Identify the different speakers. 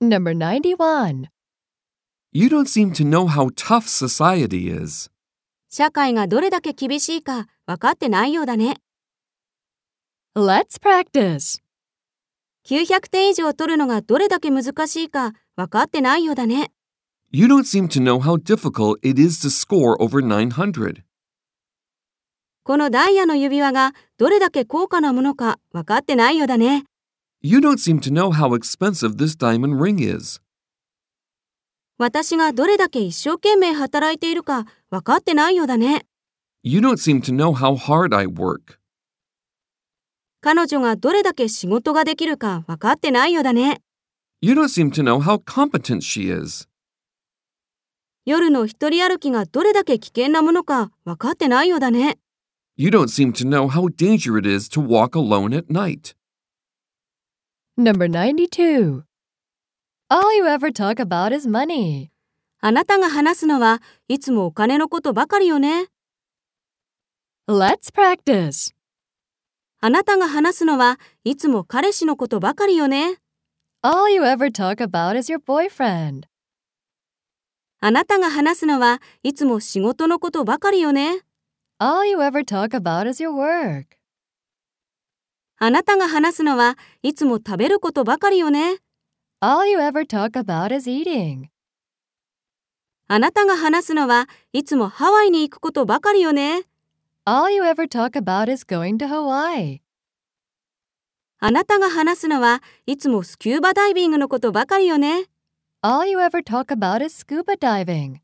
Speaker 1: Number 91.
Speaker 2: You don't seem to know how tough society is.
Speaker 3: 社会がどれだけ厳しいか分かってないようだね。
Speaker 1: Let's practice.
Speaker 3: 900点以上取るのがどれだけ難しいか分かってないようだね。
Speaker 2: You don't seem to know how difficult it is to score over 900.
Speaker 3: このダイヤの指輪がどれだけ高価なものか分かってないようだね。
Speaker 2: You don't seem to know how expensive this diamond ring is.
Speaker 3: 私がどれだけ一生懸命働いているか分かってないようだね。
Speaker 2: You don't seem to know how hard I work.
Speaker 3: 彼女がどれだけ仕事ができるか分かってないようだね。
Speaker 2: You don't seem to know how competent she is.
Speaker 3: 夜の一人歩きがどれだけ危険なものか分かってないようだね。
Speaker 2: You don't seem to know how dangerous it is to walk alone at night.
Speaker 1: Number 92. All you ever talk about is money.
Speaker 3: あなたが話すのはいつもお金のことばかりよね。
Speaker 1: Let's practice.
Speaker 3: あなたが話すのはいつも彼氏のことばかりよね。
Speaker 1: All you ever talk about is your boyfriend.
Speaker 3: あなたが話すのはいつも仕事のことばかりよね。
Speaker 1: All you ever talk about is your work.
Speaker 3: あなたが話すのはいつも食べることばかりよね。
Speaker 1: All you ever talk about is eating.
Speaker 3: あなたが話すのはいつもハワイに行くことばかりよね。
Speaker 1: All you ever talk about is going to Hawaii.
Speaker 3: あなたが話すのはいつもスキューバダイビングのことばかりよね。
Speaker 1: All you ever talk about is scuba diving.